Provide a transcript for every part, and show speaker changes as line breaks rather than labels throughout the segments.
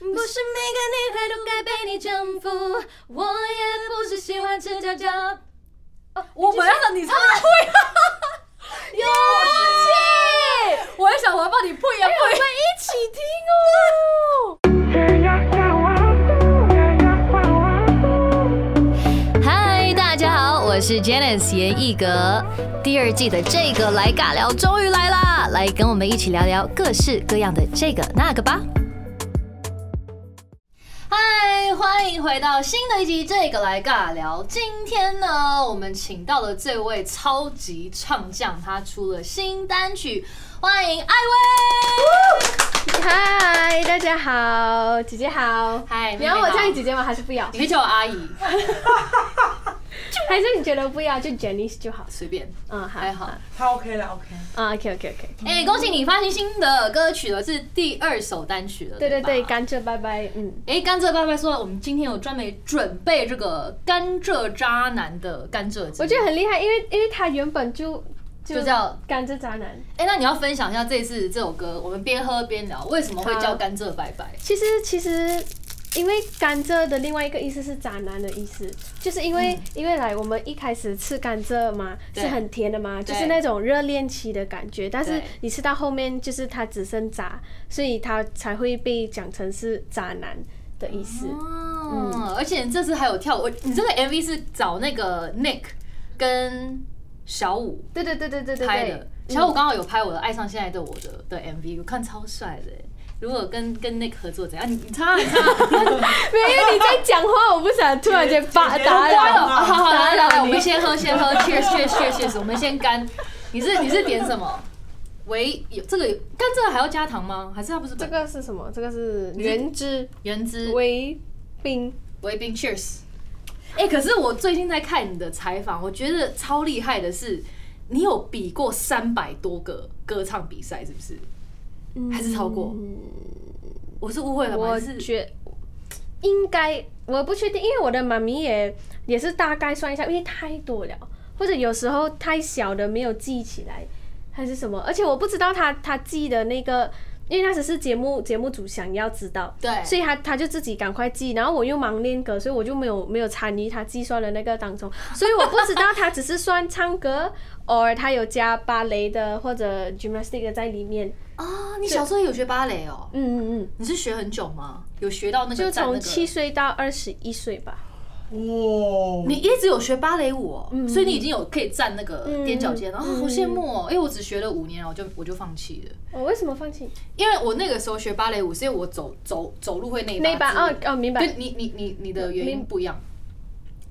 是每个女孩都该被你征服，我也不是喜欢赤脚脚。哦，
我们让你唱的会
勇气，
啊，我也想我要帮你配啊
哎我们
配。
一起听哦。
嗨，大家好，我是 Janice 严艺格。第二季的这个来尬聊终于来啦，来跟我们一起聊聊各式各样的这个那个吧。
嗨，欢迎回到新的一集《这个来尬聊》。今天呢，我们请到了这位超级唱将，他出了新单曲，欢迎艾薇。
嗨，大家好，姐姐好。
嗨，
你要我
妹妹好
叫你姐，姐吗？还是不要
你？可以叫我阿姨，
还是你觉得不要就 Jenny 就好？
随便，
嗯，好，
还好。
他 OK 了，OK。
啊，OK，OK，OK。
哎、恭喜你发行新的歌曲了，是第二首单曲了。
对对
吧
对，甘蔗拜拜，嗯，
哎，甘蔗爸爸说，我们今天有专门准备这个甘蔗渣男的甘蔗汁。
我觉得很厉害，因为因为他原本就
就叫
甘蔗渣男。
哎、那你要分享一下这次这首歌，我们边喝边聊，为什么会叫甘蔗拜拜？
其实其实，因为甘蔗的另外一个意思是渣男的意思，就是因为、因为来我们一开始吃甘蔗嘛，
嗯对
是很甜的嘛，
对
就是那种热恋期的感觉，但是
对
你吃到后面就是它只剩渣，所以它才会被讲成是渣男的意思。
哦，而且你这次还有跳舞，我你这个 MV 是找那个 Nick 跟小五
对对对对对对嗯
拍
对
的，。小五刚好有拍我的《爱上现在的我的》的 MV，我看超帅的欸。如果跟跟 Nick 合作怎样？你你唱啊你唱啊，
没有，因为你在讲话，我不想突然间把
姐姐
打
哎呦
扰。
好好好，来来来，我
你
们先喝先喝，cheers cheers cheers cheers，我们先干。你是你是点什么？唯有这个干这个还要加糖吗？还是它不是
这
本
个是什么？这个是原汁
原汁？
微冰。
维宾 Cheers。哎、可是我最近在看你的采访，我觉得超厉害的是，你有比过三百多个歌唱比赛，是不是？还是超过？我是误会了吗？
我
还是
觉应该我不确定，因为我的妈咪也也是大概算一下，因为太多了，或者有时候太小的没有记起来，还是什么，而且我不知道他他记的那个。因为那时是节目节目组想要知道，
对
所以他他就自己赶快记，然后我又忙练歌，所以我就没有没有参与他计算的那个当中，所以我不知道他只是算唱歌，偶尔他有加芭蕾的或者 gymnastic 的在里面，
啊，你小时候有学芭蕾哦？
嗯嗯嗯，
你是学很久吗？有学到那个
就
站那
从
个
七岁到二十一岁吧，
哇，
你一直有学芭蕾舞哦，
嗯
所以你已经有可以站那个踮脚尖了，啊、好羡慕
嗯
哦！因为我只学了五年，然后我就我就放弃了，
我哦为什么放弃？
因为我那个时候学芭蕾舞是因为我走走走路会内
那一把
八字
哦哦，明白
跟。你你你你的原因
明
不一样。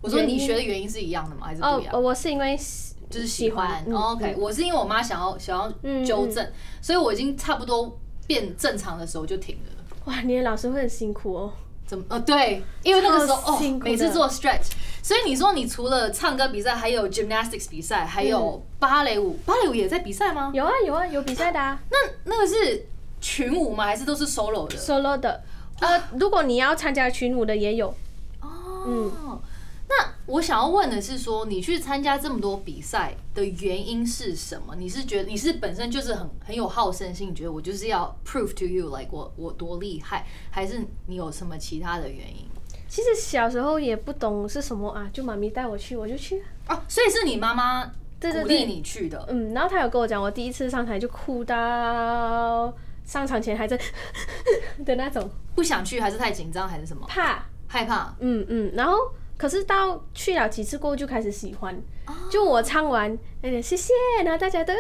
我说
原
你
因
学的原因是一样的吗？还是不
哦
一，
呃
样？
我是因为喜
就是喜欢。哦
嗯
OK，我是因为我妈想要想要
嗯
纠
嗯
正，所以我已经差不多变正常的时候就停了。
哇，你的老师会很辛苦哦。
怎么？呃，对，因为那个时候
超
哦
辛，苦的
每次做 stretch，所以你说你除了唱歌比赛，还有 gymnastics 比赛，还
嗯
有芭蕾舞，芭蕾舞也在比赛吗？
有啊有啊，有比赛的啊
那那个是群舞吗？还是都是 solo 的？
，solo 的。呃，如果你要参加群舞的也有，嗯
哦，那我想要问的是说你去参加这么多比赛的原因是什么？你是觉得你是本身就是很很有好胜心，你觉得我就是要 prove to you like 我我多厉害，还是你有什么其他的原因？
其实小时候也不懂是什么啊，就妈咪带我去我就去啊。
哦，所以是你妈妈
对对
鼓励
对
你去的。
嗯，然后他有跟我讲，我第一次上台就哭到上场前还在 的那种
不想去还是太紧张还是什么？
怕。
害怕？
嗯嗯，然后可是到去了几次过后就开始喜欢，就我唱完那点谢谢，然后大家的、啊、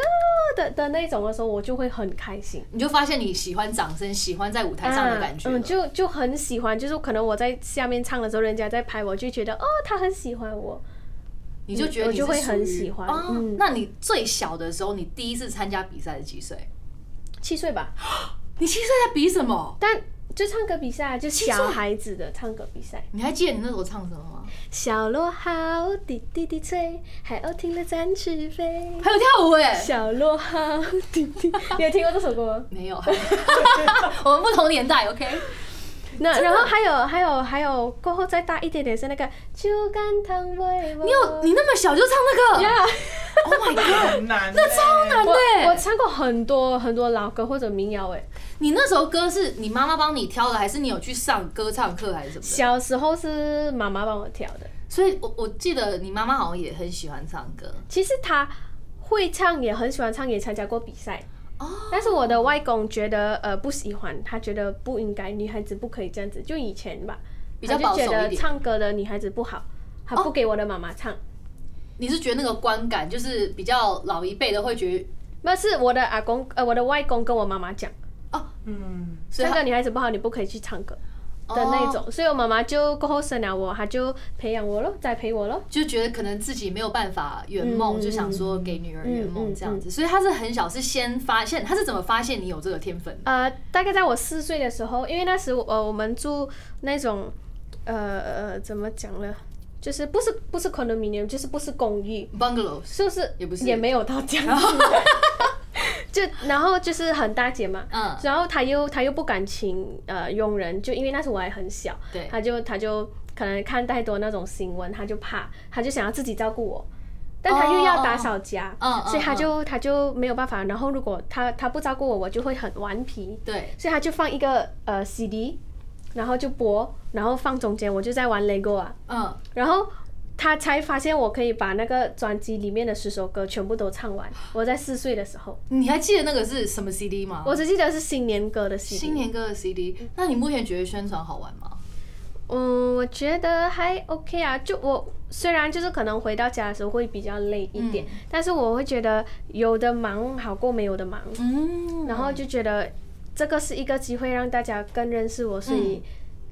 的的那种的时候，我就会很开心。
你就发现你喜欢掌声，喜欢在舞台上的感觉
啊
了、
嗯，就就很喜欢，就是可能我在下面唱的时候，人家在拍我，就觉得哦，他很喜欢我。
你就觉得
我
你
就是会
属
很
于
喜欢
哦
嗯
那你最小的时候，你第一次参加比赛是几岁？
七岁吧，
你七岁在比什么？
但就唱歌比赛，就
岁
小孩子的唱歌比赛。
你还记得你那时候唱什么吗？
小落好，滴滴滴催，海鸥听了展翅飞。
还有跳舞哎、
小落好， 滴滴，你有听过这首歌吗？
没有，我们不同年代，OK？
那然后还有还有还有过后再大一点点是那个酒干倘味。
你有你那么小就唱那个
呀
？Oh my god！
很难，那超
难
我
对
我唱过很多很多老歌或者民谣哎，
你那时候歌是你妈妈帮你挑的，还是你有去上歌唱课还是什么的？
小时候是妈妈帮我挑的。
所以我我记得你妈妈好像也很喜欢唱歌
其实他会唱，也很喜欢唱，也参加过比赛。
哦。
但是我的外公觉得呃不喜欢，他觉得不应该，女孩子不可以这样子。就以前吧，
比较
他就
保守一
觉
点哦
得唱歌的女孩子不好，他不给我的妈妈唱。
你是觉得那个观感就是比较老一辈的会觉得
那、是我的阿公呃我的外公跟我妈妈讲，
嗯，
所以
那
她
个女孩子不好，你不可以去唱歌的那种。
哦
所以我妈妈就过后生了我，她就培养我咯，栽培我咯。
就觉得可能自己没有办法圆梦，
嗯
就想说给女儿圆
嗯
梦
嗯
这样子。所以她是很小是先发现，她是怎么发现你有这个天分的？
呃，大概在我四岁的时候，因为那时我呃我们住那种呃呃怎么讲呢，就是不是不是 condominium，就是不是公寓，
Bungalows，
就是
也不是
没有到这样子。 就然后就是很大姐嘛，
嗯
然后她又她又不敢请呃佣人，就因为那时候我还很小，
对
她就她就可能看太多那种新闻，她就怕，她就想要自己照顾我，但她又要打扫家，
嗯嗯
所以她
嗯
就她就没有办法。然后如果她她不照顾我，我就会很顽皮，
对，
所以他就放一个呃 CD，然后就播，然后放中间，我就在玩 LEGO 啊，
嗯，
然后他才发现我可以把那个专辑里面的十首歌全部都唱完。我在四岁的时候，
你还记得那个是什么 CD 吗？
我只嗯记得是新年歌的 CD。
新，年歌的 CD。那你目前觉得宣传好玩吗？
嗯，我觉得还 OK 啊。就我虽然就是可能回到家的时候会比较累一点，
嗯
但是我会觉得有的忙好过没有的忙，
嗯，
然后就觉得这个是一个机会让大家更认识我，所
嗯
以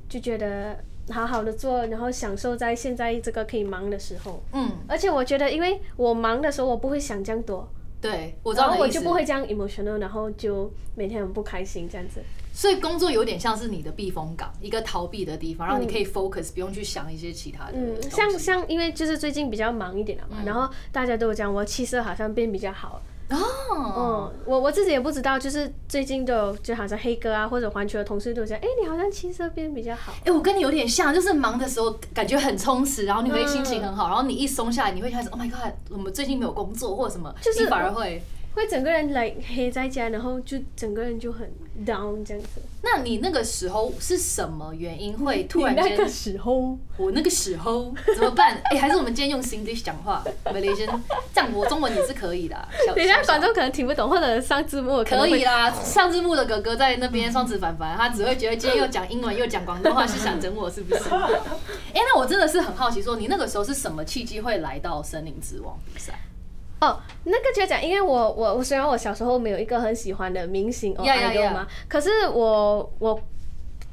就觉得好好的做，然后享受在现在这个可以忙的时候。
嗯，
而且我觉得，因为我忙的时候，我不会想这样多，
对，我知
然
道
后
你的
我
意思
就不会这样 emotional，然后就每天很不开心这样子。
所以工作有点像是你的避风港，一个逃避的地方，然后你可以 focus，、不用去想一些其他的东
嗯
西。，
像像因为就是最近比较忙一点了嘛，然后大家都有讲我气色好像变比较好了。
嗯哦，
嗯，我我自己也不知道，就是最近都有就好像黑哥啊或者环球的同事都有讲，哎、你好像气色变比较好。
哎、我跟你有点像，就是忙的时候感觉很充实，然后你会心情很好，
嗯
然后你一松下来，你会开始 Oh my God，我们最近没有工作或者什么，
就是
你反而会。
会整个人来黑在家，然后就整个人就很 down 这样子。
那你那个时候是什么原因会突然
那
间
个？时候，
我那个时候怎么办？哎、还是我们今天用 English 讲话，Malaysian，这样我中文也是可以的啊。小
等一下
小小
观众可能听不懂，或者上字幕
可以啦，上字幕的哥哥在那边双子凡凡，他只会觉得今天又讲英文又讲广东话，是想整我是不 是？哎、那我真的是很好奇，说你那个时候是什么契机会来到森林之王比赛？
哦，那个就讲，因为我我我虽然我小时候没有一个很喜欢的明星哦
Yeah, yeah,
爱豆
yeah.
嘛，可是我我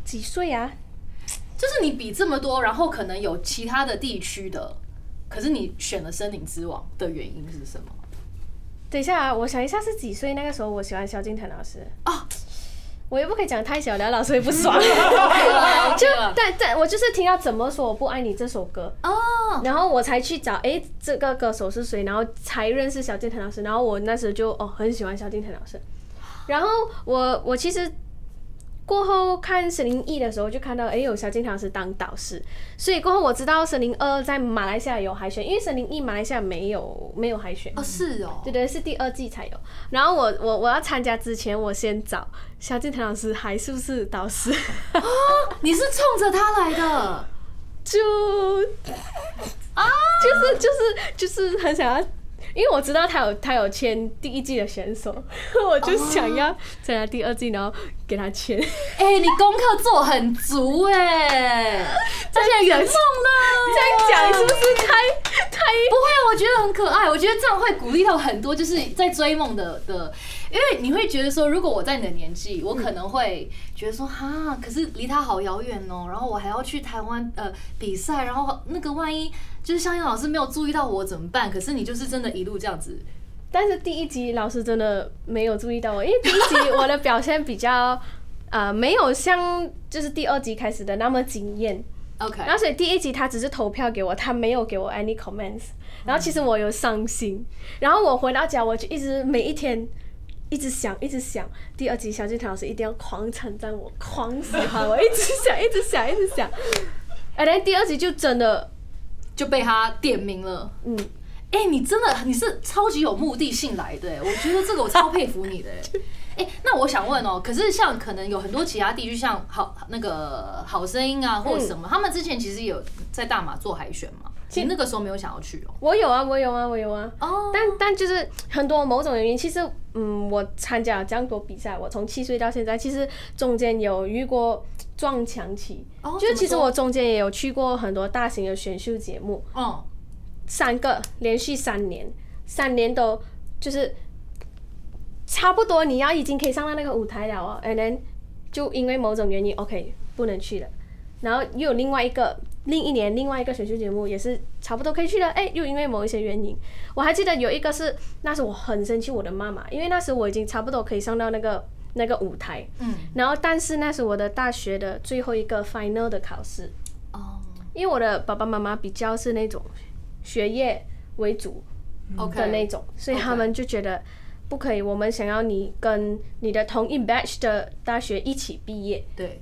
几岁啊？
就是你比这么多，然后可能有其他的地区的，可是你选了森林之王的原因是什么？
等一下啊，我想一下是几岁？那个时候我喜欢萧敬腾老师
啊
我也不可以讲太小了，老师会不爽。
了
就
解了
但但我就是听到怎么说我不爱你这首歌，
哦，
然后我才去找，诶，这个歌手是谁？然后才认识萧敬腾老师。然后我那时候就哦，很喜欢萧敬腾老师。然后我我其实过后看《神灵一》的时候，就看到诶有萧敬腾老师当导师，所以过后我知道《神灵二》在马来西亚有海选，因为《神灵一》马来西亚没有没有海选。
哦是哦，
对对，是第二季才有。然后我我我要参加之前，我先找萧敬腾老师还是不是导师，
哦你是冲着他来的，啊
就就是就是就是很想要，因为我知道他有他有签第一季的选手， 我就想要参加第二季，然后给他签。
哎、你功课做很足哎、
这样讲， 这样讲是不是太太？
不会，啊我觉得很可爱。我觉得这样会鼓励到很多就是在追梦的的，因为你会觉得说，如果我在你的年纪，我可能会觉得说，哈，可是离他好遥远哦。然后我还要去台湾呃比赛，然后那个万一就是香烟老师没有注意到我怎么办？可是你就是真的一路这样子，
但是第一集老师真的没有注意到我，因为第一集我的表现比较呃没有像就是第二集开始的那么惊艳。
OK，
然后所以第一集他只是投票给我，他没有给我 any comments。然后其实我有伤心，然后我回到家我就一直每一天一直想，一直想。第二集小金堂老师一定要狂称赞我，狂喜欢我，一直想，一直想，一直想。哎，但第二集就真的，
就被他点名了。
嗯，
哎、你真的你是超级有目的性来的、欸，我觉得这个我超佩服你的、 欸。哎、那我想问哦、可是像可能有很多其他地区，像好那个好声音啊，或者什
嗯
么，他们之前其实也有在大马做海选嘛，其实那个时候没有想要去哦、
我有啊，我有啊，我有啊。
哦，
但但就是很多某种原因，其实嗯，我参加了这样多比赛，我从七岁到现在，其实中间有遇过撞墙期，
哦
就是其实
怎么说
我中间也有去过很多大型的选秀节目，
嗯，
三个连续三年，三年都就是差不多你要已经可以上到那个舞台了哦，and then 就因为某种原因，OK 不能去了，然后又有另外一个另一年另外一个选秀节目也是差不多可以去了，哎，又因为某一些原因，我还记得有一个是那时我很生气我的妈妈，因为那时我已经差不多可以上到那个那个舞台，
嗯，
然后但是那是我的大学的最后一个 final 的考试，
哦
因为我的爸爸妈妈比较是那种学业为主的那
，OK，
种，所以他们就觉得不可以，我们想要你跟你的同一 batch 的大学一起毕业。
对，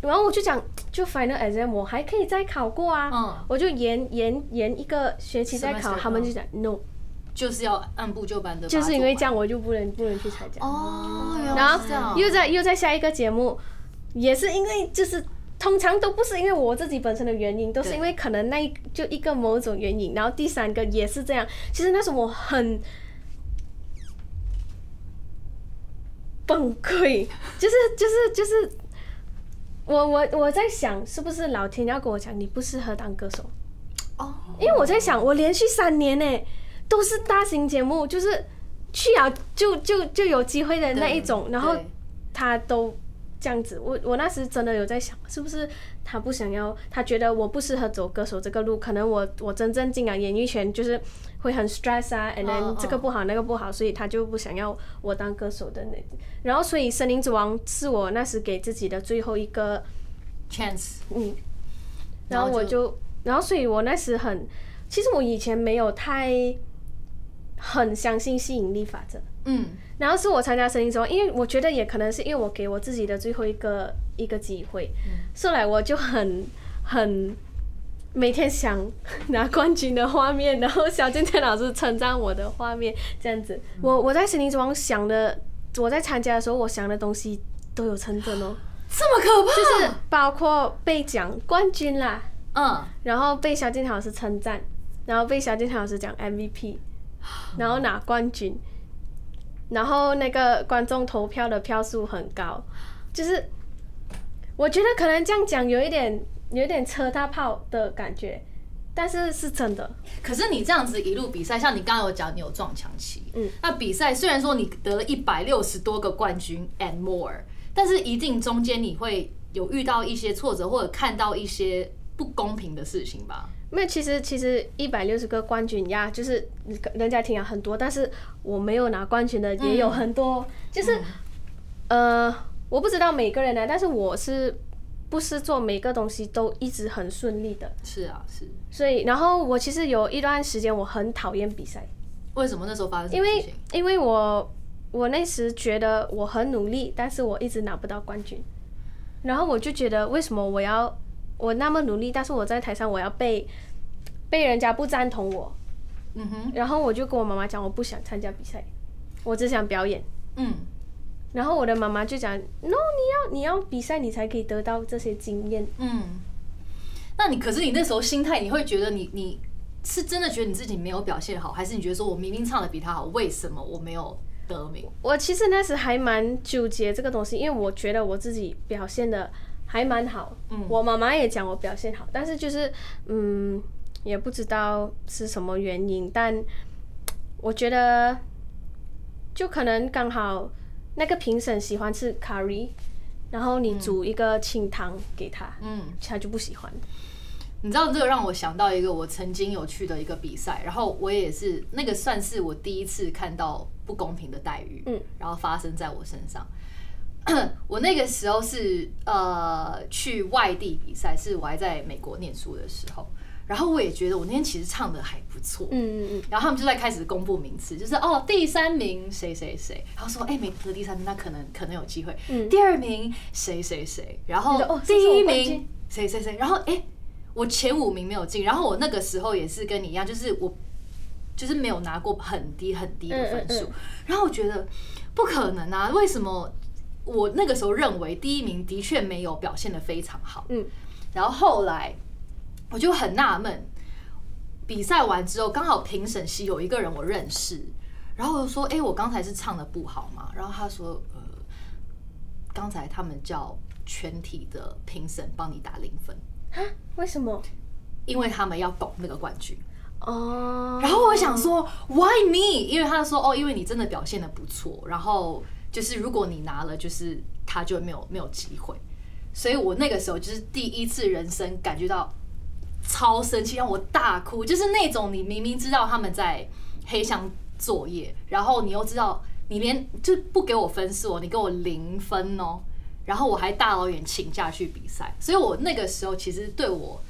然后我就讲，就 final exam 我还可以再考过啊，
嗯
我就延延延一个学期再考，
Semester，嗯
他们就讲 no，
就是要按部就班的，
就是因为这样我就不能不能去参加。
哦，原
然
来
后
是这样，
又在又在下一个节目，也是因为就是通常都不是因为我自己本身的原因，都是
对
因为可能那一就一个某种原因，然后第三个也是这样。其实那时候我很崩溃，就是就是就是，我我我在想是不是老天要跟我讲你不适合当歌手。
哦，
因为我在想，我连续三年呢都是大型节目，就是去啊就就就有机会的那一种，
对
然后
对
他都这样子。我我那时真的有在想，是不是他不想要，他觉得我不适合走歌手这个路，可能我我真正进了演艺圈就是会很 stress 啊，and
嗯
then
嗯
这个不好那个不好，所以他就不想要我当歌手的那。然后所以《森林之王》是我那时给自己的最后一个
chance，
嗯，
然
然
后
后我
就
就，然后所以我那时很，其实我以前没有太很相信吸引力法则，
嗯，
然后是我参加声音之后，因为我觉得也可能是因为我给我自己的最后一个一个机会，后来我就很很每天想拿冠军的画面，然后小健健老师称赞我的画面这样子，我我在森林之王想的，我在参加的时候我想的东西都有成真哦，
这么可怕，
就是包括被奖冠军啦。
嗯，
然后被萧敬腾老师称赞，然后被萧敬腾老师讲 MVP，然后拿冠军，然后那个观众投票的票数很高，就是我觉得可能这样讲有一点有一点车大炮的感觉，但是是真的，
可是你这样子一路比赛，像你刚刚有讲你有撞墙期，
嗯
那比赛虽然说你得了一百六十多个冠军 and more，但是一定中间你会有遇到一些挫折，或者看到一些不公平的事情吧？
没有，其实其实一百六十个冠军呀，就是人家听了很多，但是我没有拿冠军的也有很多，就是、呃，我不知道每个人呢，但是我是不是做每个东西都一直很顺利的，
是啊，是。
所以然后我其实有一段时间我很讨厌比赛，
为什么那时候发生什
因
么事
为
情？
因为我我那时觉得我很努力，但是我一直拿不到冠军，然后我就觉得为什么我要我那么努力，但是我在台上我要被被人家不赞同我，
嗯哼，
然后我就跟我妈妈讲我不想参加比赛，我只想表演。
嗯，
然后我的妈妈就讲，no，你要你要比赛，你才可以得到这些经验。
嗯，那你可是你那时候心态，你会觉得你你是真的觉得你自己没有表现好，还是你觉得说我明明唱的比他好，为什么我没有得名？
我其实那时还蛮纠结这个东西，因为我觉得我自己表现的还蛮好，
嗯
我妈妈也讲我表现好，但是就是嗯，也不知道是什么原因，但我觉得就可能刚好那个评审喜欢吃 curry，然后你煮一个清汤给他，
嗯，
他就不喜欢。
你知道这个让我想到一个我曾经有去的一个比赛，然后我也是那个算是我第一次看到不公平的待遇，
嗯，
然后发生在我身上。 我那个时候是呃去外地比赛，是我还在美国念书的时候，然后我也觉得我那天其实唱的还不错，
嗯嗯嗯，
然后他们就在开始公布名次，就是哦，第三名谁谁谁，然后说哎，每个第三名那可能可能有机会，
嗯
第二名谁谁谁，然
你
后
的哦
第
这是我
一
冠军
名谁谁谁，然后哎，我前五名没有进，然后我那个时候也是跟你一样，就是我就是没有拿过很低很低的分
嗯
数，
嗯
然后我觉得不可能啊，为什么？我那个时候认为第一名的确没有表现的非常好，
嗯，
然后后来我就很纳闷，比赛完之后，刚好评审席有一个人我认识，然后我就说：“哎、我刚才是唱的不好嘛？”然后他说：“呃，刚才他们叫全体的评审帮你打零分，
啊，为什么？
因为他们要拱那个冠军。”
哦，
然后我想说，Why me？因为他说哦，因为你真的表现的不错，然后就是如果你拿了，就是他就没有没有机会。所以我那个时候就是第一次人生感觉到超生气，让我大哭，就是那种你明明知道他们在黑箱作业，然后你又知道你连就不给我分数哦，你给我零分哦，然后我还大老远请假去比赛，所以我那个时候其实对我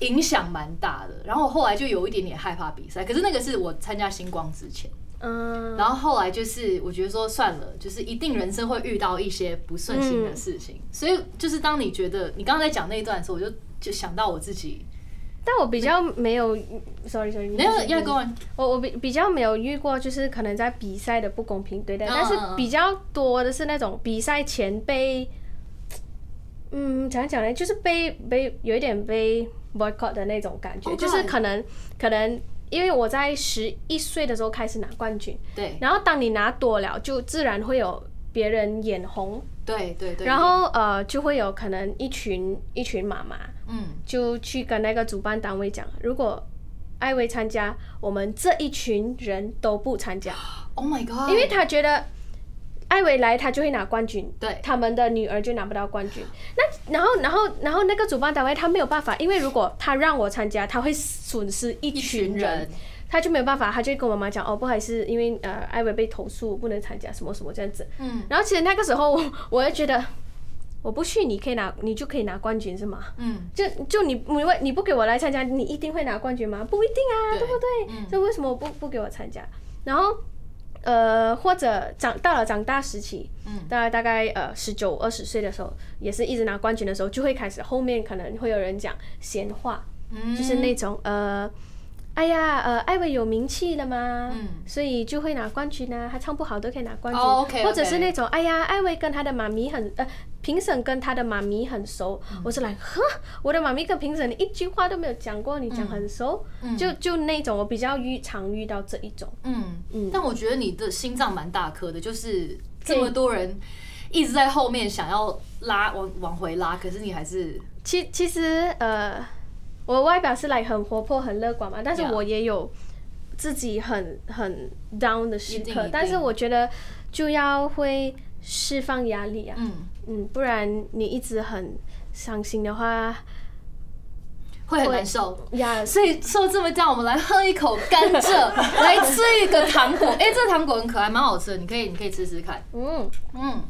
影响蛮大的。然后我后来就有一点点害怕比赛，可是那个是我参加星光之前，
嗯，
然后后来就是我觉得说算了，就是一定人生会遇到一些不顺心的事情，
嗯
所以就是当你觉得你刚刚在讲那一段的时候，我就就想到我自己
但我比较没有，sorry 嗯 sorry，
没有要跟我
我我比比较没有遇过，就是可能在比赛的不公平对待，
嗯
但是
嗯嗯
比较多的是那种比赛前被，嗯，怎样讲呢？就是被被有一点被 boycott 的那种感觉
哦
就是
对
可能可能因为我在十一岁的时候开始拿冠军，
对
然后当你拿多了，就自然会有别人眼红，
对对对，
然后呃就会有可能一群一群妈妈，
嗯
就去跟那个主办单位讲，如果艾薇参加，我们这一群人都不参加，
，Oh my God，
因为他觉得艾薇来，他就会拿冠军，
对
他们的女儿就拿不到冠军。那然后，然后，然后那个主办单位他没有办法，因为如果他让我参加，他会损失一
一
群
群
人
人。，
他就没有办法，他就跟我妈妈讲，哦，不好意思，因为呃，艾薇被投诉不能参加什么什么这样子。
嗯
然后其实那个时候我，我也觉得，我不去，你可以拿，你就可以拿冠军是吗？
嗯，
就就你你为你不给我来参加，你一定会拿冠军吗？不一定啊，对
对
不对？
嗯
所以为什么不不给我参加？然后呃，或者长到了长大时期，
嗯
大概大概呃十九二十岁的时候，也是一直拿冠军的时候，就会开始后面可能会有人讲闲话，
嗯
就是那种呃。哎呀，呃，艾薇有名气了嘛，
嗯
所以就会拿冠军啊，她唱不好都可以拿冠军，
哦，OK，OK
或者是那种，哎呀，艾薇跟她的妈咪很，呃，评审跟她的妈咪很熟，
嗯
我是来，呵，我的妈咪跟评审一句话都没有讲过，你讲很熟，
嗯
就就那种，我比较遇常遇到这一种，
嗯
嗯
嗯，但我觉得你的心脏蛮大颗的，就是
可以
这么多人一直在后面想要拉往往回拉，可是你还是
其其实呃，我外表是来很活泼、很乐观嘛，但是
Yeah
我也有自己很很 down 的时
一定一
刻
定，
但是我觉得就要会释放压力啊，
嗯
嗯，不然你一直很伤心的话，
会很
会
难受。
呀，
所以受这么这样，我们来喝一口甘蔗，来吃一个糖果。 哎、这糖果很可爱，蛮好吃的，你可以你可以吃吃看。
嗯，
嗯，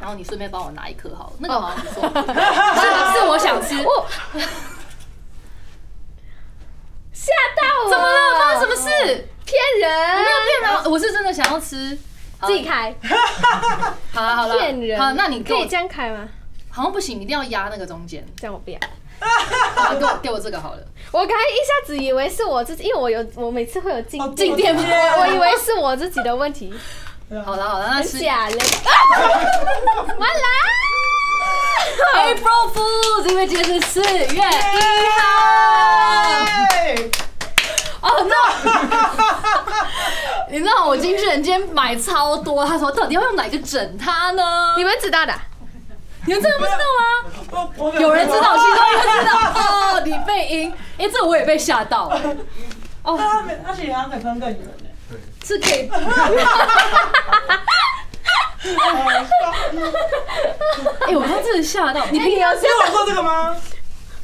然后你顺便帮我拿一颗好了，那个哦好像不 错，是是我想吃。
哦吓到我，
怎么了？发生什么事？
骗人？
没有骗人，啊我是真的想要吃。好
自己开，
好了好了，
骗人。
好，那你给
可
我
以这样开吗？
好像不行，一定要压那个中间。
这样我不要。
好，给我给我这个好了。
我刚才一下子以为是我自己，因为我有我每次会有静
哦
静电波，
静电
我以为是我自己的问题，
好了好了，那吃
假的。完啦！
April Fool，因为今天是四月一号。
哎
哦，no！你知 道我经纪人今天买超多，他说到底要用哪个整他呢？
你
你
们知道的啊，
你们真的不知道吗？
我我没
有人知道，其中一个知道。哦，你被阴，哎，这我也被吓到。哦，
他们而且他可以喷更远呢。
是可以。哎，我刚刚真的吓到。你平常
你有玩过这个吗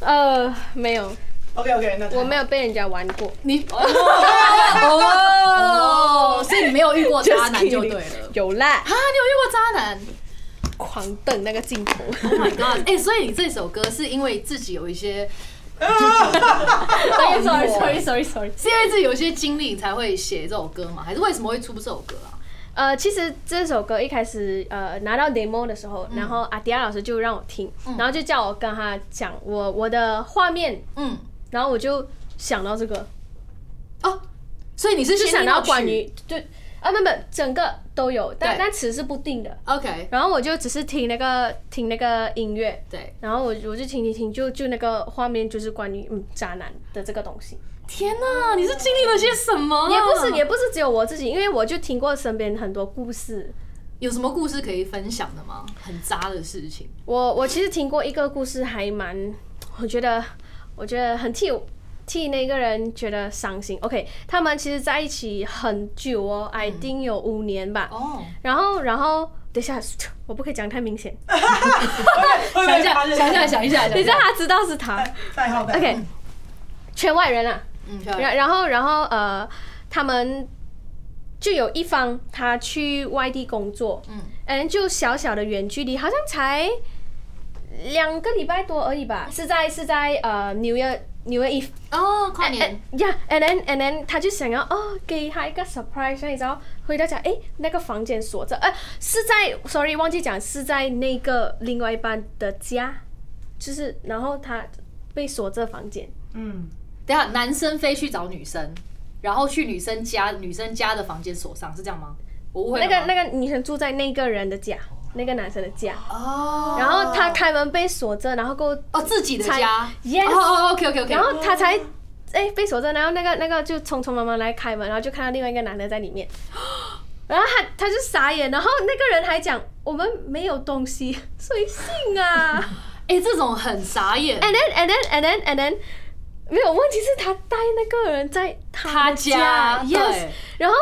呃，没有，
？OK OK，那
我没
有。
有被人家玩过，
你哦，所以你没有遇过渣男就对了
Just kidding 有啦，
啊？你有遇过渣男
狂瞪那个镜头。
？Oh my god！哎、所以你这首歌是因为自己有一些
哎，sorry sorry sorry sorry。
是因为自己有一些经历才会写这首歌吗？还是为什么会出这首歌啊？
呃，其实这首歌一开始呃拿到 demo 的时候，然后阿迪亚老师就让我听，然后就叫我跟他讲我我的画面，
嗯，
然后我就想到这个，
哦，所以你是
就
先
想
听
到
曲
关于就啊，没有没有，整个都有，但
对
但词是不定的。
OK
然后我就只是听那个听那个音乐，
对，
然后我我就听听听，就就那个画面就是关于嗯渣男的这个东西，
天哪，你是经历了些什么啊？
也不是也不是只有我自己，因为我就听过身边很多故事。
有什么故事可以分享的吗？很渣的事情，
我我其实听过一个故事，还蛮，我觉得我觉得很替替那个人觉得伤心。OK，他们其实在一起很久哦，I
嗯
think 有五年吧。
哦，
然后然后等一下， 我不可以讲太明显，
会不
想
会
一 下，
发现
想一下，想一下，
你
等
让他知道是他。
代号代号
OK，圈外人啊。
嗯，
然然后然后呃，他们就有一方他去外地工作，
嗯
嗯，就小小的远距离，好像才两个礼拜多而已吧，是在是在呃纽约纽约 Eve，
哦，跨年，
yeah，and then and then 他就想要哦给他一个 surprise，所以你知道回到家哎那个房间锁着，呃是在 sorry 忘记讲是在那个另外一半的家，就是然后他被锁着房间，
嗯，
等一下男生飞去找女生，然后去女生家，女生家的房间锁上，是这样吗？我误会
那个那
个
个女生住在那个人的家，那个男生的家，
哦，
然后他开门被锁着，然后够
哦自己的
才
家，
yes，、
哦，OK OK OK，
然后他才哎、被锁着，然后那个那个就匆匆忙忙来开门，然后就看到另外一个男的在里面， 然后他他就傻眼，然后那个人还讲我们没有东西，谁信啊
哎，这种很傻眼，
？And then and then and then and then，没有问题是他带那个人在他
他
的
家
，yes，
对
然后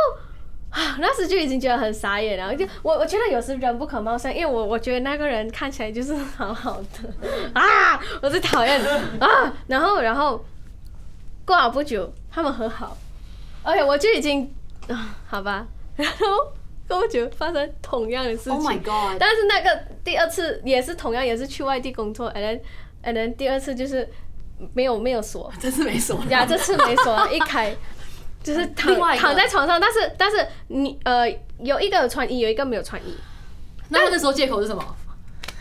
啊，那时就已经觉得很傻眼了。就我我觉得有时人不可貌相，因为我我觉得那个人看起来就是好好 的啊，我最讨厌啊。然后然后过了不久，他们和好，OK，我就已经啊，好吧。然后过不久发生同样的事情
，Oh my God，
但是那个第二次也是同样也是去外地工作，and then and then 第二次就是没有没有锁，
真是没 锁，
呀，这次没锁啊，一开就是躺
另外一个
躺在床上，但是但是你呃有一个有穿衣，有一个没有穿衣，
那他那时候借口是什么？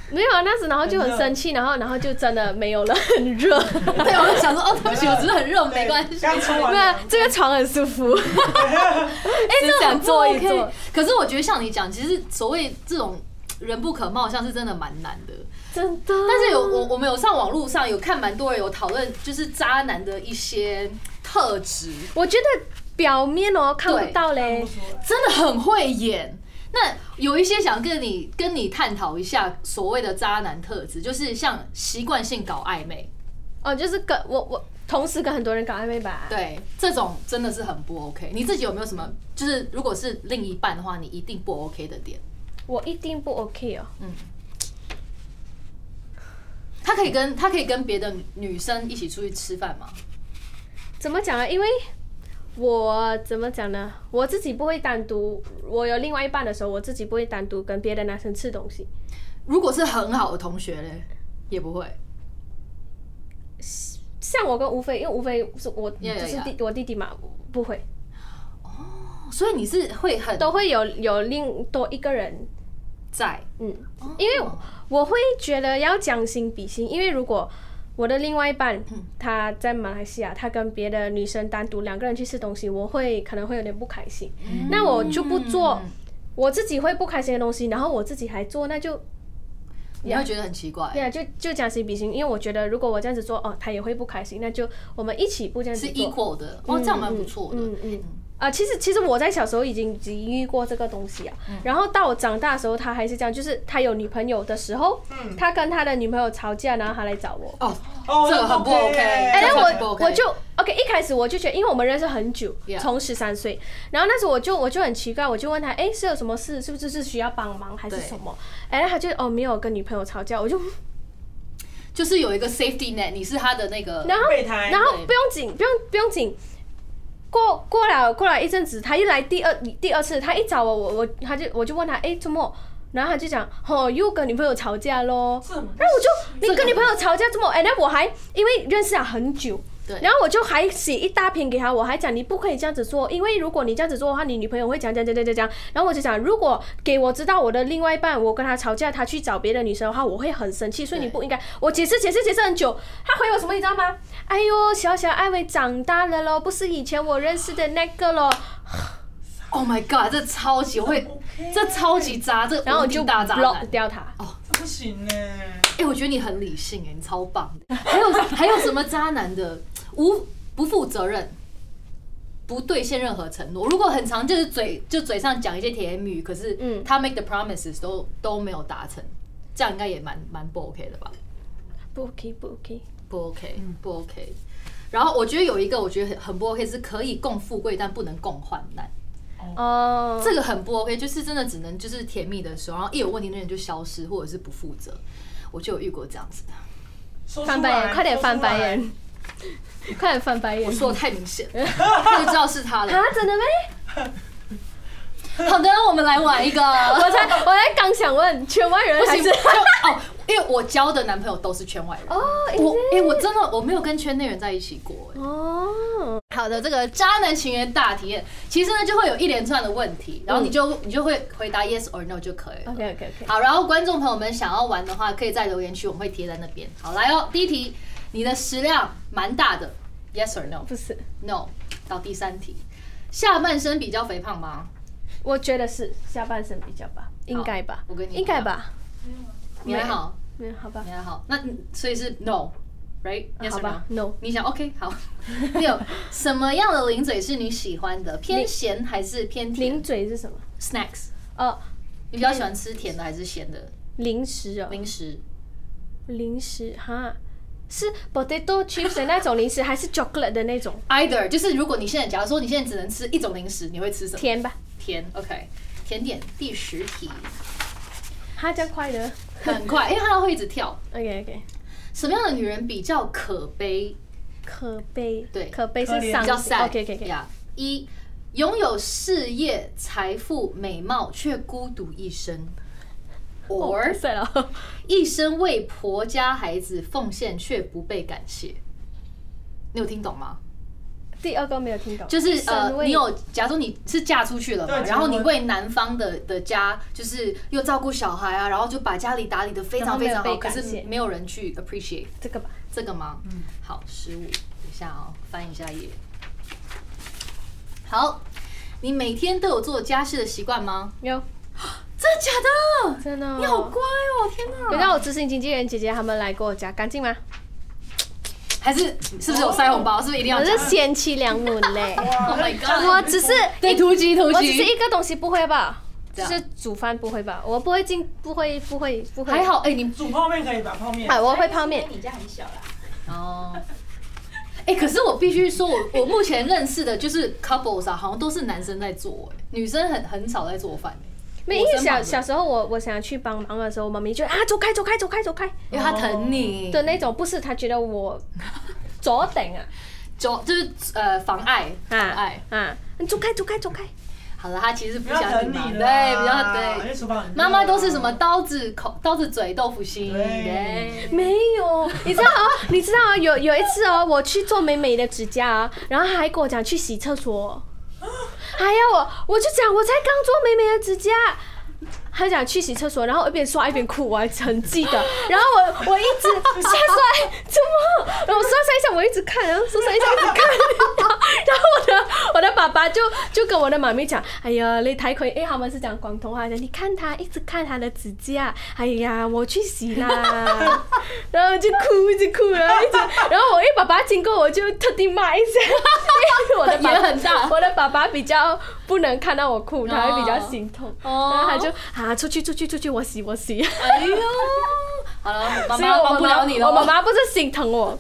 没有啊，那时然后就
很
很
热
生气，然后然后就真的没有了，很 热。
对，我就想说，哦，对不起，我只是很热，
对
没关系。
刚出完
对啊
了，
这个床很舒服。
哎
只想坐一坐。
可是我觉得像你讲，其实所谓这种人不可貌相是真的蛮难的。
真的。
但是有我我们有上网络上有看蛮多人有讨论，就是渣男的一些特质，
我觉得表面哦看
对
不到
看
嘞
不，出来
真的很会演。那有一些想跟你跟你探讨一下所谓的渣男特质，就是像习惯性搞暧昧，
哦，就是跟我我同时跟很多人搞暧昧吧。
对这种真的是很不 OK。你自己有没有什么，就是如果是另一半的话，你一定不 OK 的点？
我一定不 OK 哦。
他可以跟他可以跟别的女生一起出去吃饭吗？
怎么讲啊？因为我怎么讲呢？我自己不会单独，我有另外一半的时候，我自己不会单独跟别的男生吃东西。
如果是很好的同学嘞，也不会。
像我跟吴飞，因为吴飞是我
Yeah,
就是
yeah,
弟我弟弟嘛，不会
所以你是会很
都会有有另多一个人，
在，
嗯，因为
哦
我会觉得要将心比心，因为如果我的另外一半他在马来西亚，他跟别的女生单独两个人去吃东西，我会可能会有点不开心，那我就不做
嗯
我自己会不开心的东西，然后我自己还做，那就
你会觉得很奇怪，
对啊，就就将心比心，因为我觉得如果我这样子做，哦，他也会不开心，那就我们一起不这样子
是
做。
equal 的，哦，这样蛮不错的。
嗯嗯嗯啊，其实其实我在小时候已经已经遇过这个东西啊，
嗯
然后到我长大的时候，他还是这样，就是他有女朋友的时候，
嗯
他跟他的女朋友吵架，然后他来找我。
哦，
哦，
这个很不 OK
哎、
这
那
样超级不
我
OK
我就 OK，一开始我就觉得，因为我们认识很久
Yeah，
从十三岁，然后那时候我就我就很奇怪，我就问他，哎、是有什么事，是不是是需要帮忙还是
对
什么？哎、他就哦没有跟女朋友吵 架，我就
就是有一个 safety net，你是他的那个，
然后
备胎
然后
对
不用紧，不用不用紧。过过了过了一阵子，他又来第二第二次，他一找我，我我他就我就问他，哎、周末然后他就讲，哦，又跟女朋友吵架喽。
这么
然后我就，你跟女朋友吵架这么，哎，那我还因为认识了很久，
对
然后我就还写一大篇给他，我还讲你不可以这样子做，因为如果你这样子做的话，你女朋友会讲讲讲讲讲讲。然后我就讲，如果给我知道我的另外一半我跟他吵架，他去找别的女生的话，我会很生气，所以你
对
不应该。我解释解释解释很久，他回我什么你知道吗？哎呦，小小艾薇长大了咯，不是以前我认识的那个咯。
Oh my god，这超级会，
OK
这超级渣，这
然后我
无敌
就
大渣男
block。掉他。
不行呢。
哎、我觉得你很理性哎、你超棒的。还有还有什么渣男的无不负责任，不兑现任何承诺。如果很长就是嘴就嘴上讲一些甜言蜜语，可是
嗯
他 make the promises 都都没有达成，这样应该也蛮蛮不 OK 的吧？
不 OK，不 OK。
不 OK，不 OK。然后我觉得有一个我觉得很很不 OK 是可以共富贵但不能共患难，
哦，
这个很不 OK，就是真的只能就是甜蜜的时候，然后一有问题那人就消失或者是不负责。我就有遇过这样子的，
说出来
翻白眼，快点翻白。
说出
眼， 快点翻白眼。
我说的太明显了，他就知道是他了
啊。，真的咩？
好的，我们来玩一个。
我才我才刚想问，圈外人
不
还
行，
是
就哦，因为我交的男朋友都是圈外人。
哦，
我
一
哎、我真的我没有跟圈内人在一起过、哎。
哦，
好的，这个渣男情缘大体验，其实呢就会有一连串的问题，然后你就、你就会回答 yes or no 就可以了。
OK OK OK，
好，然后观众朋友们想要玩的话，可以在留言区，我们会贴在那边。好，来哦，第一题，你的食量蛮大的，yes or
不是，
no？no。到第三题，下半身比较肥胖吗？
我觉得是下半身比较吧，应该吧，
我跟你一样
应该吧，
你还好，
嗯，好吧
你，还好，那你所以是 no，right？Yes
啊好
or no？
吧，No，
你想 OK 好，六什么样的零嘴是你喜欢的？偏咸还是偏
零
甜
嘴是什么？
？Snacks，
哦，
你比较喜欢吃甜的还是咸的
零食哦，
零食？
零食哈，是 potato chips 的那种零食，还是 chocolate 的那种？
Either 就是如果你现在假如说你现在只能吃一种零食，你会吃什么？
甜吧，
甜 OK，甜点第十题，
哈，这样快的
很快，因为它会一直跳。
，OK OK，
什么样的女人比较可悲？
可悲，
对
可悲是
可怜
伤
比
心
较 sad。
，OK OK OK，
呀一拥有事业、财富、美貌却孤独一生，or
帅了。
一生为婆家孩子奉献却不被感谢。你有听懂吗？
第二个没有听懂，
就是呃
神，位
你有，假如说你是嫁出去了嘛，
对结
然后你
婚
为男方的的家，就是又照顾小孩啊，然后就把家里打理的非
然
常
后没
非
有
常好，
被
可
感谢
是没有人去 appreciate
这个吧，
这个吗？嗯，好，十五，等一下哦，翻一下页。好，你每天都有做家事的习惯吗？
有
真的假的？
真的哦。
你好乖哦，天哪！
有让我执行经纪人姐姐他们来过我家，干净吗？
还是是不是有塞红包？是不是一定要
哦我
讲
是贤妻良母嘞，
？Oh my
我
god！
只是
对，突击啊突
我只是
击。
一个东西不会吧，
这
就
样
是煮饭不会吧，我不会进，不会不会不会，
还好哎、你
煮泡面可以把泡面
啊，我会泡面，
你家很小啦，
哦。哎、可是我必须说我，我目前认识的就是 couples 啊，好像都是男生在做、哎，女生很很少在做饭、哎
没因为
我身旁
小
的
小时候我我想去帮忙的时候，我妈咪就啊走开走开走开走开
因为他疼你，
的那种，不是她觉得我 左等啊
就就是呃妨碍妨
啊
碍。
啊，你走开走开走开，
好了，他其实
不
不
要
想
等
你嘛，
你
对，
了，
比较
因
对
为。厨房很热
妈妈都是什么？刀子口、刀子嘴、豆腐心，
对
对。
没有，你知道哦，你知道哦，有有一次哦，我去做美美的指甲啊，然后她还跟我讲去洗厕所，还要我，我就讲我才刚做美美的指甲。她讲去洗厕所，然后一边刷一边哭，我还很记得。然后我我一直下摔，哎怎么？然后我刷上一下，我一直看，然后刷上一下一直看。然后然后我的我的爸爸就就跟我的妈咪讲，哎呀，你太亏，因为他们是讲广东话的，你看他一直看他的指甲，哎呀，我去洗啦。然后就哭，一直哭，然后一直，然后我一爸爸经过，我就特地骂一下，因为我的爸
也很大
我的爸爸比较不能看到我哭，他会比较心痛，
哦
然后他就啊出去出去出去，我洗我洗，
哎 呦，好了，妈
所以我
妈帮不了你了。
我妈妈不是心疼我，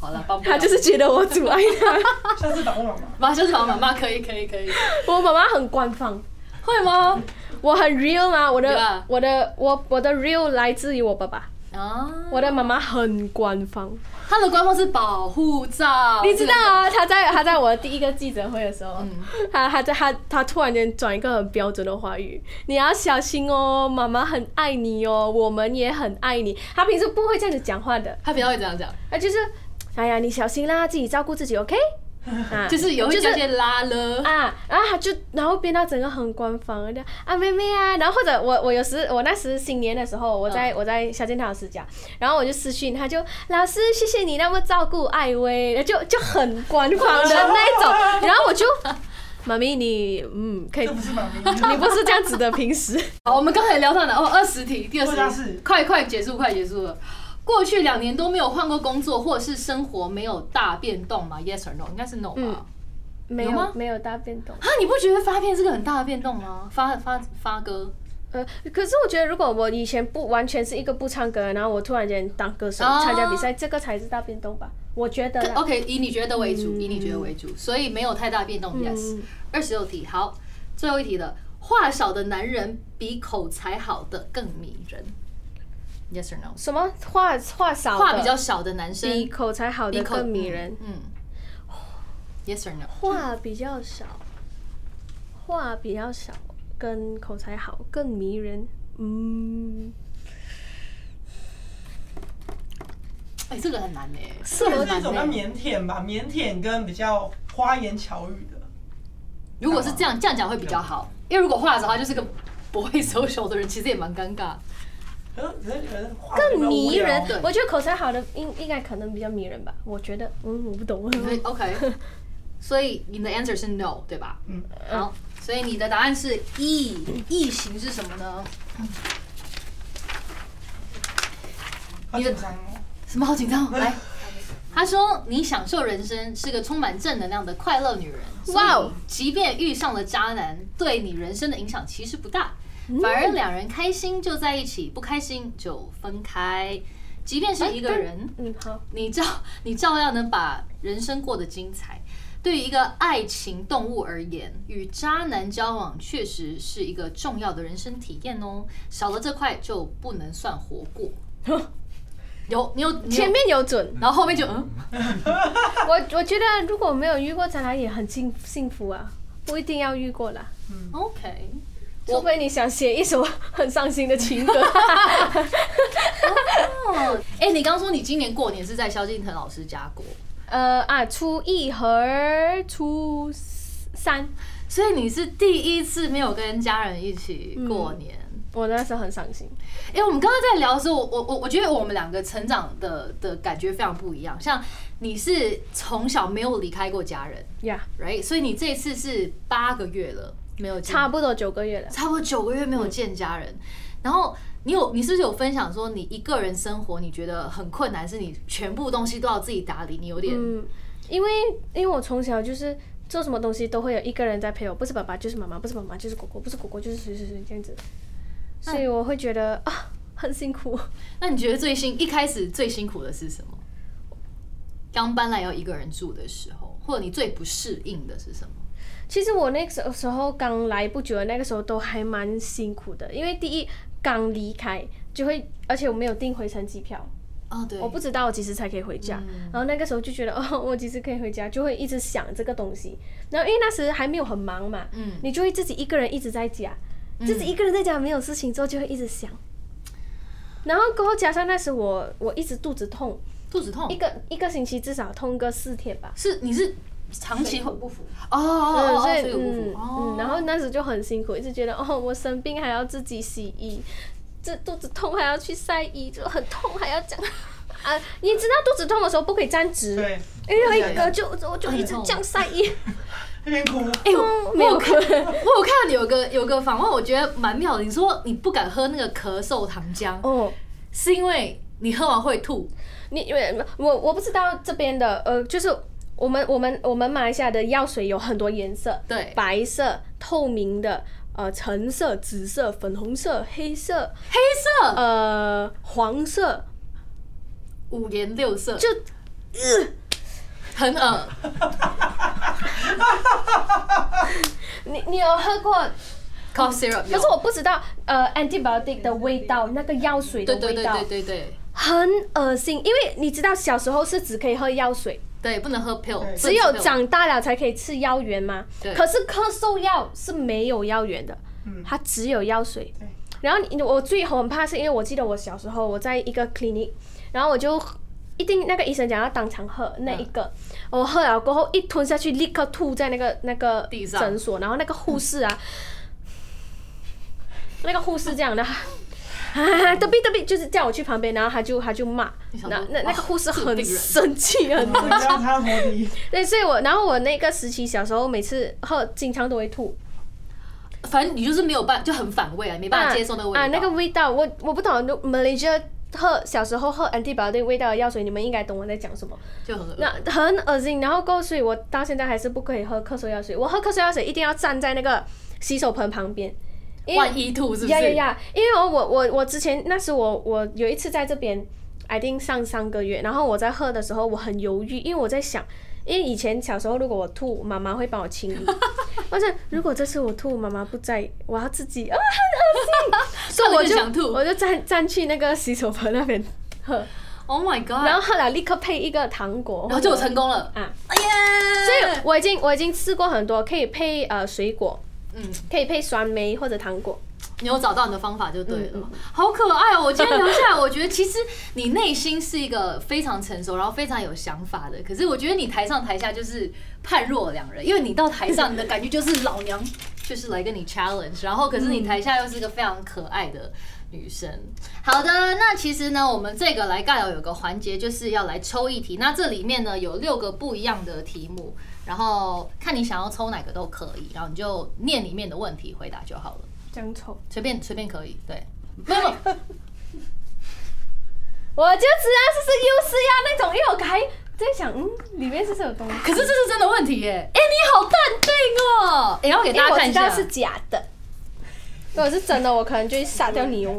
好了，帮不了
她就是觉得我阻碍 她。
下次打问妈妈。
妈，就是帮妈妈，可以，可以，可以。
我妈妈很官方，
会吗？
我很 real 吗？我的
Yeah
我的我我的 real 来自于我爸爸，
啊，
我的妈妈很官方，
他的官方是保护罩，
你知道啊？她在她在我的第一个记者会的时候
哦嗯，
她她在她她突然间转一个很标准的华语，你要小心哦，妈妈很爱你哦，我们也很爱你。她平时不会这样子讲话的，
他比较会这样讲，
啊，就是，哎呀，你小心啦，自己照顾自己，OK？啊
就是有一
就是
些拉了，
啊，然后他就然后变到整个很官方，就啊妹妹啊，然后或者我我有时我那时新年的时候，我在、
啊
我在萧敬腾老师家，然后我就私讯他就老师谢谢你那么照顾艾薇，就就很官方的那种，然后我就妈咪你嗯可以
这，不是妈咪，
你不是这样子的平时，
好，我们刚才聊到哪？哦，二十题，第二
对啊是
十题，快快结束，快结束了。过去两年都没有换过工作，或者是生活没有大变动吗？Yes or no？应该是 no 吧。
嗯没
有吗
有没有大变动。
啊，你不觉得发片是个很大的变动吗？发发发歌，
呃，可是我觉得，如果我以前不完全是一个不唱歌的，然后我突然间当歌手
哦
参加比赛，这个才是大变动吧？我觉得啦。
OK，以你觉得为主，
嗯
以你觉得为主，所以没有太大变动。Yes，二十六题，好，最后一题了。话少的男人比口才好的更迷人。Yes or no？
什么话话少的，
话比较少的男
比
生
口才好的
口
更迷人。。
嗯嗯，Yes or no？
话比较少，话比较少，跟口才好更迷人。嗯，
哎，这个很难哎，
是
这个是
吗
一种比较腼腆吧，腼腆跟比较花言巧语的。
如果是这样，这样讲会比较好，因为如果话少，他就是个不会 social 的人，其实也蛮尴尬。
可是可是可是话比较
更
无聊
迷人
对。
我觉得口才好的应应该可能比较迷人吧，我觉得。嗯，我不懂。
所以 OK，所以你的 answer 是 no，对吧？
嗯，
好，所以你的答案是 E，E 型是什么呢？
好紧张哦。
什么好紧张？来，他说你享受人生，是个充满正能量的快乐女人。哇
哇
哦
哦！
即便遇上了渣男，对你人生的影响其实不大，反而两人开心就在一起，不开心就分开。即便是一个人，
嗯，好。
你照 你照样能把人生过得精彩。对于一个爱情动物而言，与渣男交往确实是一个重要的人生体验哦。少了这块就不能算活 过。有你有你有
前面有 准，
然后后面就嗯，
我我觉得如果没有遇过，咱俩也很幸幸福啊，不一定要遇过啦。
嗯 OK，
除非你想写一首很伤心的情歌，
哦，哎、你刚说你今年过年是在萧敬腾老师家过，
呃啊，初一和初三，
所以你是第一次没有跟家人一起过
嗯
年。
我那时候很伤心。
哎、我们刚刚在聊的时候，我我我我觉得我们两个成长的的感觉非常不一样。像你是从小没有离开过家人
呀、
，right？所以你这次是八个月了没有见
差不多九个月了。
差不多九个月没有见家人，然后你有你是不是有分享说你一个人生活你觉得很困难，是你全部东西都要自己打理，你有点
嗯，因为因为我从小就是做什么东西都会有一个人在陪我，不是爸爸就是妈妈，不是妈妈就是果果，不是果果就是谁谁谁这样子，所以我会觉得啊很辛苦。
那你觉得最辛一开始最辛苦的是什么？刚搬来要一个人住的时候，或者你最不适应的是什么？
其实我那个时候时候刚来不久的那个时候都还蛮辛苦的，因为第一刚离开就会，而且我没有订回程机票，
哦，对，
我不知道我几时才可以回家。
嗯
然后那个时候就觉得， 哦，我几时可以回家，就会一直想这个东西。然后因为那时还没有很忙嘛，
嗯
你就会自己一个人一直在家，自己一个人在家没有事情做，就会一直想。然后过后加上那时我我一直肚子痛，
肚子痛
一，个一个星期至少痛个四天吧。
是你是长期会不
服
哦哦哦
嗯，
哦，
所以
所以不
嗯
服哦
嗯，，然后那时就很辛苦，一直觉得哦，我生病还要自己洗衣，这肚子痛还要去晒衣，就很痛，还要这样啊！你知道肚子痛的时候不可以站直，
对，
因为一个就我就
啊很
一直
痛
这样晒衣，嗯
一边 哭，
哎、我
没有哭，
我有看到有个有个访问，我觉得蛮妙的。你说你不敢喝那个咳嗽糖浆，
哦。
是因为你喝完会吐，
你因为我我不知道这边的呃，就是我们我们我们马来西亚的药水有很多颜色，
对
白色、透明的、呃橙色、紫色、粉红色、黑色、
黑色、
呃黄色，
五颜六色，
就呃
很恶。
你你有喝过？
cough syrup，有
可是我不知道呃 antibiotic 的味道，那个药水的
对对
味
对
道
对，对对，
很恶心，因为你知道小时候是只可以喝药水，
对，不能喝 pill，
对
只有
长
长大了才可以吃药圆吗？
对
可是咳嗽药是没有药圆的，
嗯，
它只有药水
对。
然后你我最很怕是因为我记得我小时候我在一个 clinic，然后我就一定那个医生讲要当场喝那一个，
嗯
我喝了过后一吞下去立刻吐在那个那个
地上
诊所，然后那个护士啊， 那个护士这样的。 啊，得病得病，就是叫我去旁边，然后他就他就骂
你，想
那
说
那那
哇
个护士
这个
很
病人
生气，很
不要他活体，
对，所以我，然后我那个时期小时候每次喝，经常都会吐，
反正你就是没有办，就很反胃啊，没办法接受那个味道。
啊，那个味道，我我不懂，就 Malaysia 喝小时候喝 antibiotic 味道的药水，你们应该懂我在讲什么，
就很恶
那很恶心，然后够，所以我到现在还是不可以喝咳嗽药水，我喝咳嗽药水一定要站在那个洗手盆旁边，因为
万一吐是不
呀呀
是？
呀！因为我我我我之前那时我我有一次在这边，I think 上三个月，然后我在喝的时候我很犹豫，因为我在想，因为以前小时候如果我吐，妈妈会帮我清 理，而且如果这次我吐，妈妈不在，我要 自己啊，
所
我
我
就
就想吐。
我就站站去那个洗手盆 那边喝，
Oh my god！
然后喝了立刻配一个糖果，
然后就成功了。
啊，
哎呀！
所以我已经我已经试过很多，可以配呃水果，
嗯，
可以配酸梅或者糖果，
你有找到你的方法就对了，好可爱哦、我今天聊下来，我觉得其实你内心是一个非常成熟，然后非常有想法的。可是我觉得你台上台下就是判若两人，因为你到台上你的感觉就是老娘 就是来跟你 challenge，然后可是你台下又是一个非常可爱的。女生，好的，那其实呢，我们这个来尬聊有个环节，就是要来抽一题。那这里面呢有六个不一样的题目，然后看你想要抽哪个都可以，然后你就念里面的问题回答就好了。
这样抽，
随便随便可以，对，没有，没有
我就知道这是优势呀那种，因为我还在想，嗯，里面是不是有东西？哎
可是这是真的问题耶！哎、你好淡定哦、哎、要给
因
大
为
家
我
看
知
一下，
道是假的，如果是真的，我可能就会杀掉你哦。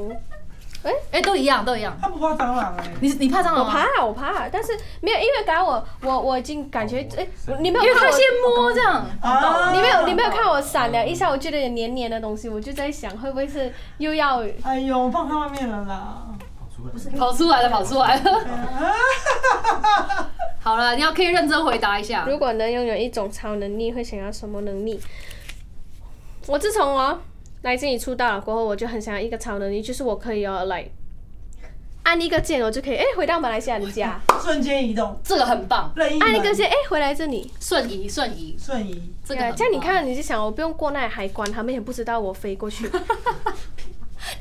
哎、都一样，都一样。
他不怕蟑螂哎，
你你怕蟑
我
螂吗？
怕，我怕，但是没有，因为刚刚我我我已经感觉，哎、你没
因为
有看
他
我
先。摸这 样，
啊
哦你没有，你没有看我闪了一下，我觉得有黏黏的东西，我就在想会不会是又要
哎呦，我放他外面了啦，
不是
跑出来了，跑出来 了。
啊
好了，你要可以认真回答一下。
如果能拥有一种超能力，会想要什么能力？我自从哦来这里出道了过后，我就很想要一个超能力，就是我可以哦来按一个键，我就可以哎、回到马来西亚的 家，
瞬间移动，
这个很棒，
任意门
按一个键哎、回来这里。
瞬移瞬移，
瞬移，
这
对
个很
啊，
棒
这样你，看，你就想我不用过那海关，他们也不知道我飞过 去，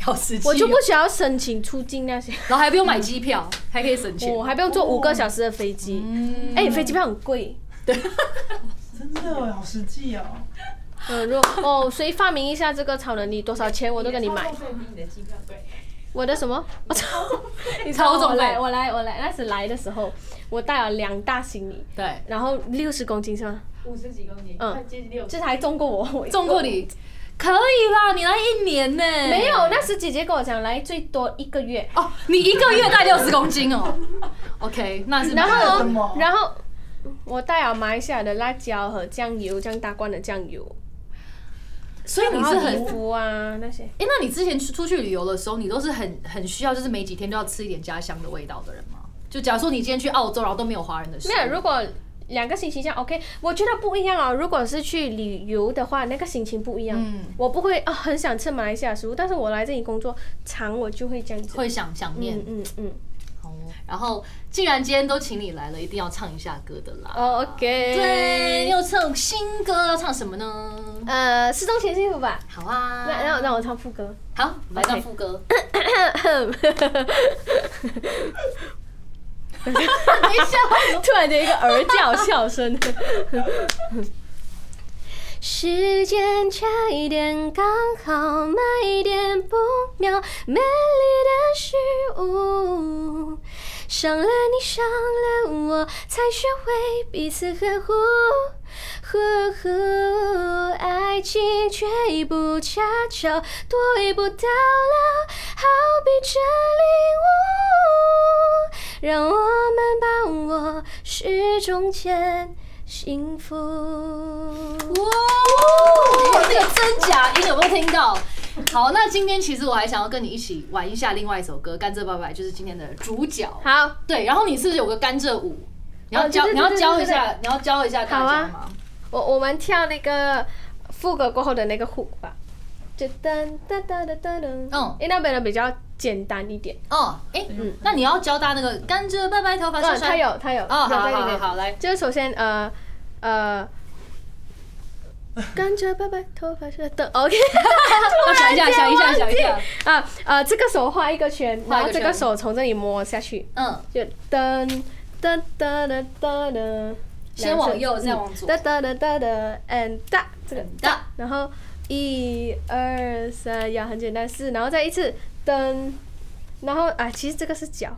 好实际哦，
我就不需要申请出境那些，
然后还不用买机票，还可以省钱
我。还不用坐五个小时的飞机。
嗯，
哎、飞机票很贵。
真的好实际哦。
嗯，如果哦，所以发明一下这个超能力，多少钱我都跟你买。
你的机票贵。
我的 什么？我操！你
超重
我来，
类
我来，我来。那时来的时候，我带了两大行李，
对，
然后六十公斤是吗？
五十几公斤，
嗯
快接近六
就
十。
是还中过我，我
中过。你可以啦，你来一年呢、
没有，那时姐姐跟我讲，来最多一个月。
哦，你一个月带六十公斤哦。OK，那是
然
这
后
是什
呢
么？
然后我带了马来西亚的辣椒和酱油，这样大罐的酱油。
所以你是
然后
很
衣服啊那些，
哎、那你之前出出去旅游的时候，你都是很很需要，就是每几天都要吃一点家乡的味道的人吗？就假如说你今天去澳洲，然后都没有华人的食物，
没有。如果两个星期这样 OK，我觉得不一样啊。如果是去旅游的话，那个心情不一样。
嗯
我不会啊，很想吃马来西亚食物，但是我来这里工作长，我就会这样子。
会想想念、
嗯嗯嗯。
哦。然后既然今天都请你来了，一定要唱一下歌的啦。
哦，OK、o k
对，，又唱新歌，要唱什么呢？
呃，失踪前幸福吧。
好啊，
那让让我唱副歌。
好，来到
OK
副 歌。
一下，突然的一个儿叫笑声。时间差一点，刚好慢一点不妙，美丽的事物，伤了你，伤了我，才学会彼此呵护。呵护，爱情缺一步恰巧多一步到老，好比这礼物，让我们把握时钟前幸福。
哇，这个真假音有没有听到？好，那今天其实我还想要跟你一起玩一下另外一首歌《甘蔗拜拜》，就是今天的主角。
好，
对，然后你是不是有个甘蔗舞？你要
哦
教，
对对
你要
对对
教一
对对
下，你要教一下大
好
家
啊
吗？
我我们跳那个副歌过后的那个 hook 吧，就噔噔噔噔噔噔，
嗯
因为那边的比较简单一点。
哦，哎，那你要教大家那个甘蔗拜拜头发
嗯，
帅帅。
他有他有。
哦，好好
有在里
好好
面
好，来，
就是首先呃呃，感觉拜拜头 发是 等 OK
要想一下，想一下，想一下。
啊呃，这个手画一个圈，
画一个
然后这
圈
个手从这里摸下去，
嗯，
就噔噔噔噔噔噔，
先往右，再往左
哒。哒哒哒哒，and 哒这个
哒
哒，然后一二三，要很简单四，然后再一次噔，然后啊，其实这个是脚，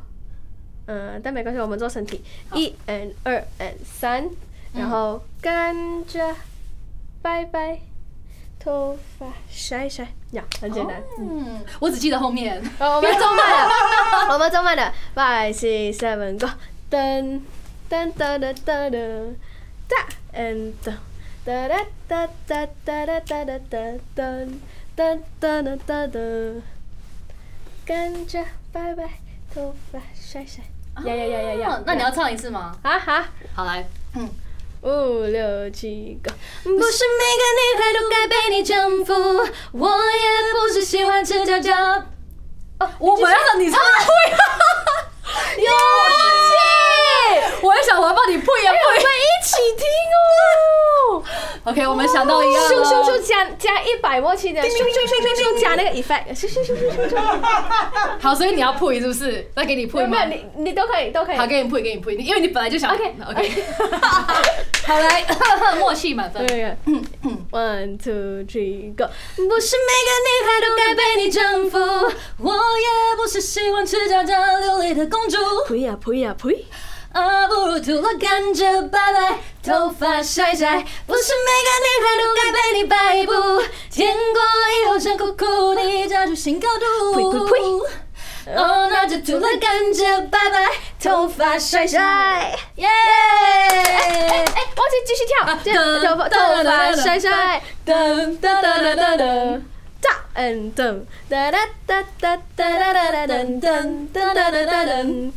嗯，但没关系，我们做身体，一 and 二 and 三，然后跟着拜拜，头发甩甩，呀，很简单。
嗯，我只记得后面。
好我们中慢了，我们中 慢了，five six seven go，噔噔噔噔噔噔，哒 and 噔，哒哒哒哒哒哒哒哒哒噔噔噔噔噔噔，跟着拜拜，头发甩甩，呀呀呀呀呀
嗯，那你要唱一次吗？
啊哈。
好来，
五六七个，不是每个女孩都该被你征服，我也不是喜欢吃脚哦啊脚。
我们要你唱。
有气，
我也想，我要帮你配啊
我们
配。
一起听哦。
OK，我们想到一样了。
咻咻咻加加一百默契的，咻咻咻咻咻加那个 effect，咻咻咻咻咻咻，
好，所以你要配是不是？那给你配
有没
吗
有？你你都可以都可以
好，。给你配，给你配，因为你本来就想。
OK
OK。好来， 默契满分。
对呀，one two three go，不
不
是
是每个女孩都该被你征服，我也不是喜欢吃渣渣流泪的公主，
呸呀呸呀呸！
啊，不如涂了甘蔗拜拜，头发甩甩，不是每个女孩都该被你摆布，甜过以后想哭哭，你抓住新高
呸
度，
呸呸
哦，那就涂了甘蔗拜拜，头发甩甩，耶！
哎，忘记继续跳，这样头发头发甩甩，
噔噔噔噔噔噔。
炸嗯噔哒哒哒哒哒哒哒哒噔噔哒哒哒哒噔，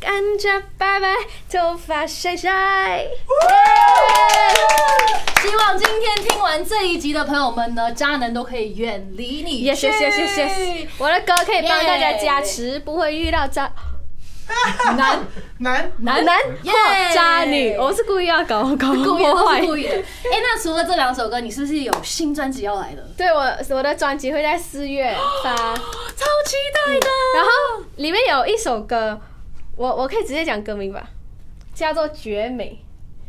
感觉拜拜，头发甩甩。
希望今天听完这一集的朋友们呢，渣男都可以远离你
Yes,
去。
yes, yes, yes, yes. 我的歌可以帮大家加
Yeah
持，不会遇到渣
男
难
男或渣女。
Yeah
哦我是故意要搞搞
故意的，
破
都是
坏。
故意的。哎、那除了这两首歌，你是不是有新专辑要来了？
对我我的专辑会在四月发，
超期待的。
然后里面有一首歌，我我可以直接讲歌名吧，叫做《绝美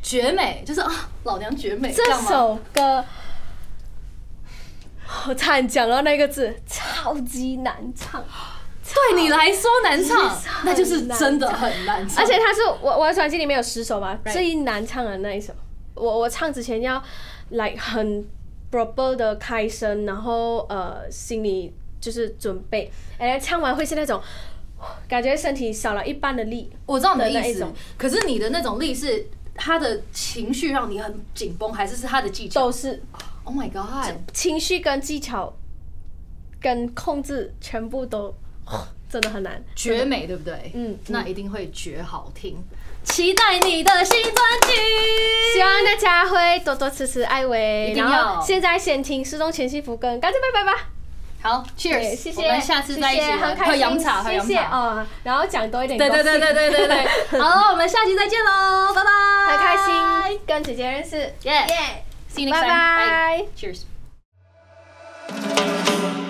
绝美就是啊，老娘绝美。》
这
样吗
首歌。 我差点讲到那个字，超级难唱，
对你来说难唱
其实，很
那就是真的很难唱。
而且它是我我的专辑里面有十首吧，最难唱的那一首。我我唱之前要来很 proper 的开声，然后呃心里就是准备，哎，唱完会是那种感觉身体少了一半的力。
我知道你的
的那
意
一
思
种，
可是你的那种力是他的情绪让你很紧绷，还是是他的技巧
都是
？Oh my god！
情绪跟技巧跟控制全部都真的很难。
绝美，对不对？
嗯
那一定会绝好听。期待你的新专辑。
希望大家会多多支持艾
一
薇，
定
然后
要
现在先听《失踪前幸福》跟《干脆拜拜》吧。
好
对，
，Cheers！
谢谢，
我们下次再一起
谢谢
喝
很
喝
开心
洋茶，喝洋
谢谢
茶。
哦，然后讲多一点，
对对对对，对对 对。好，我们下期再见喽，拜拜。
很开心跟姐姐 认识，
Yeah. See you next
拜
time.
拜。
Cheers.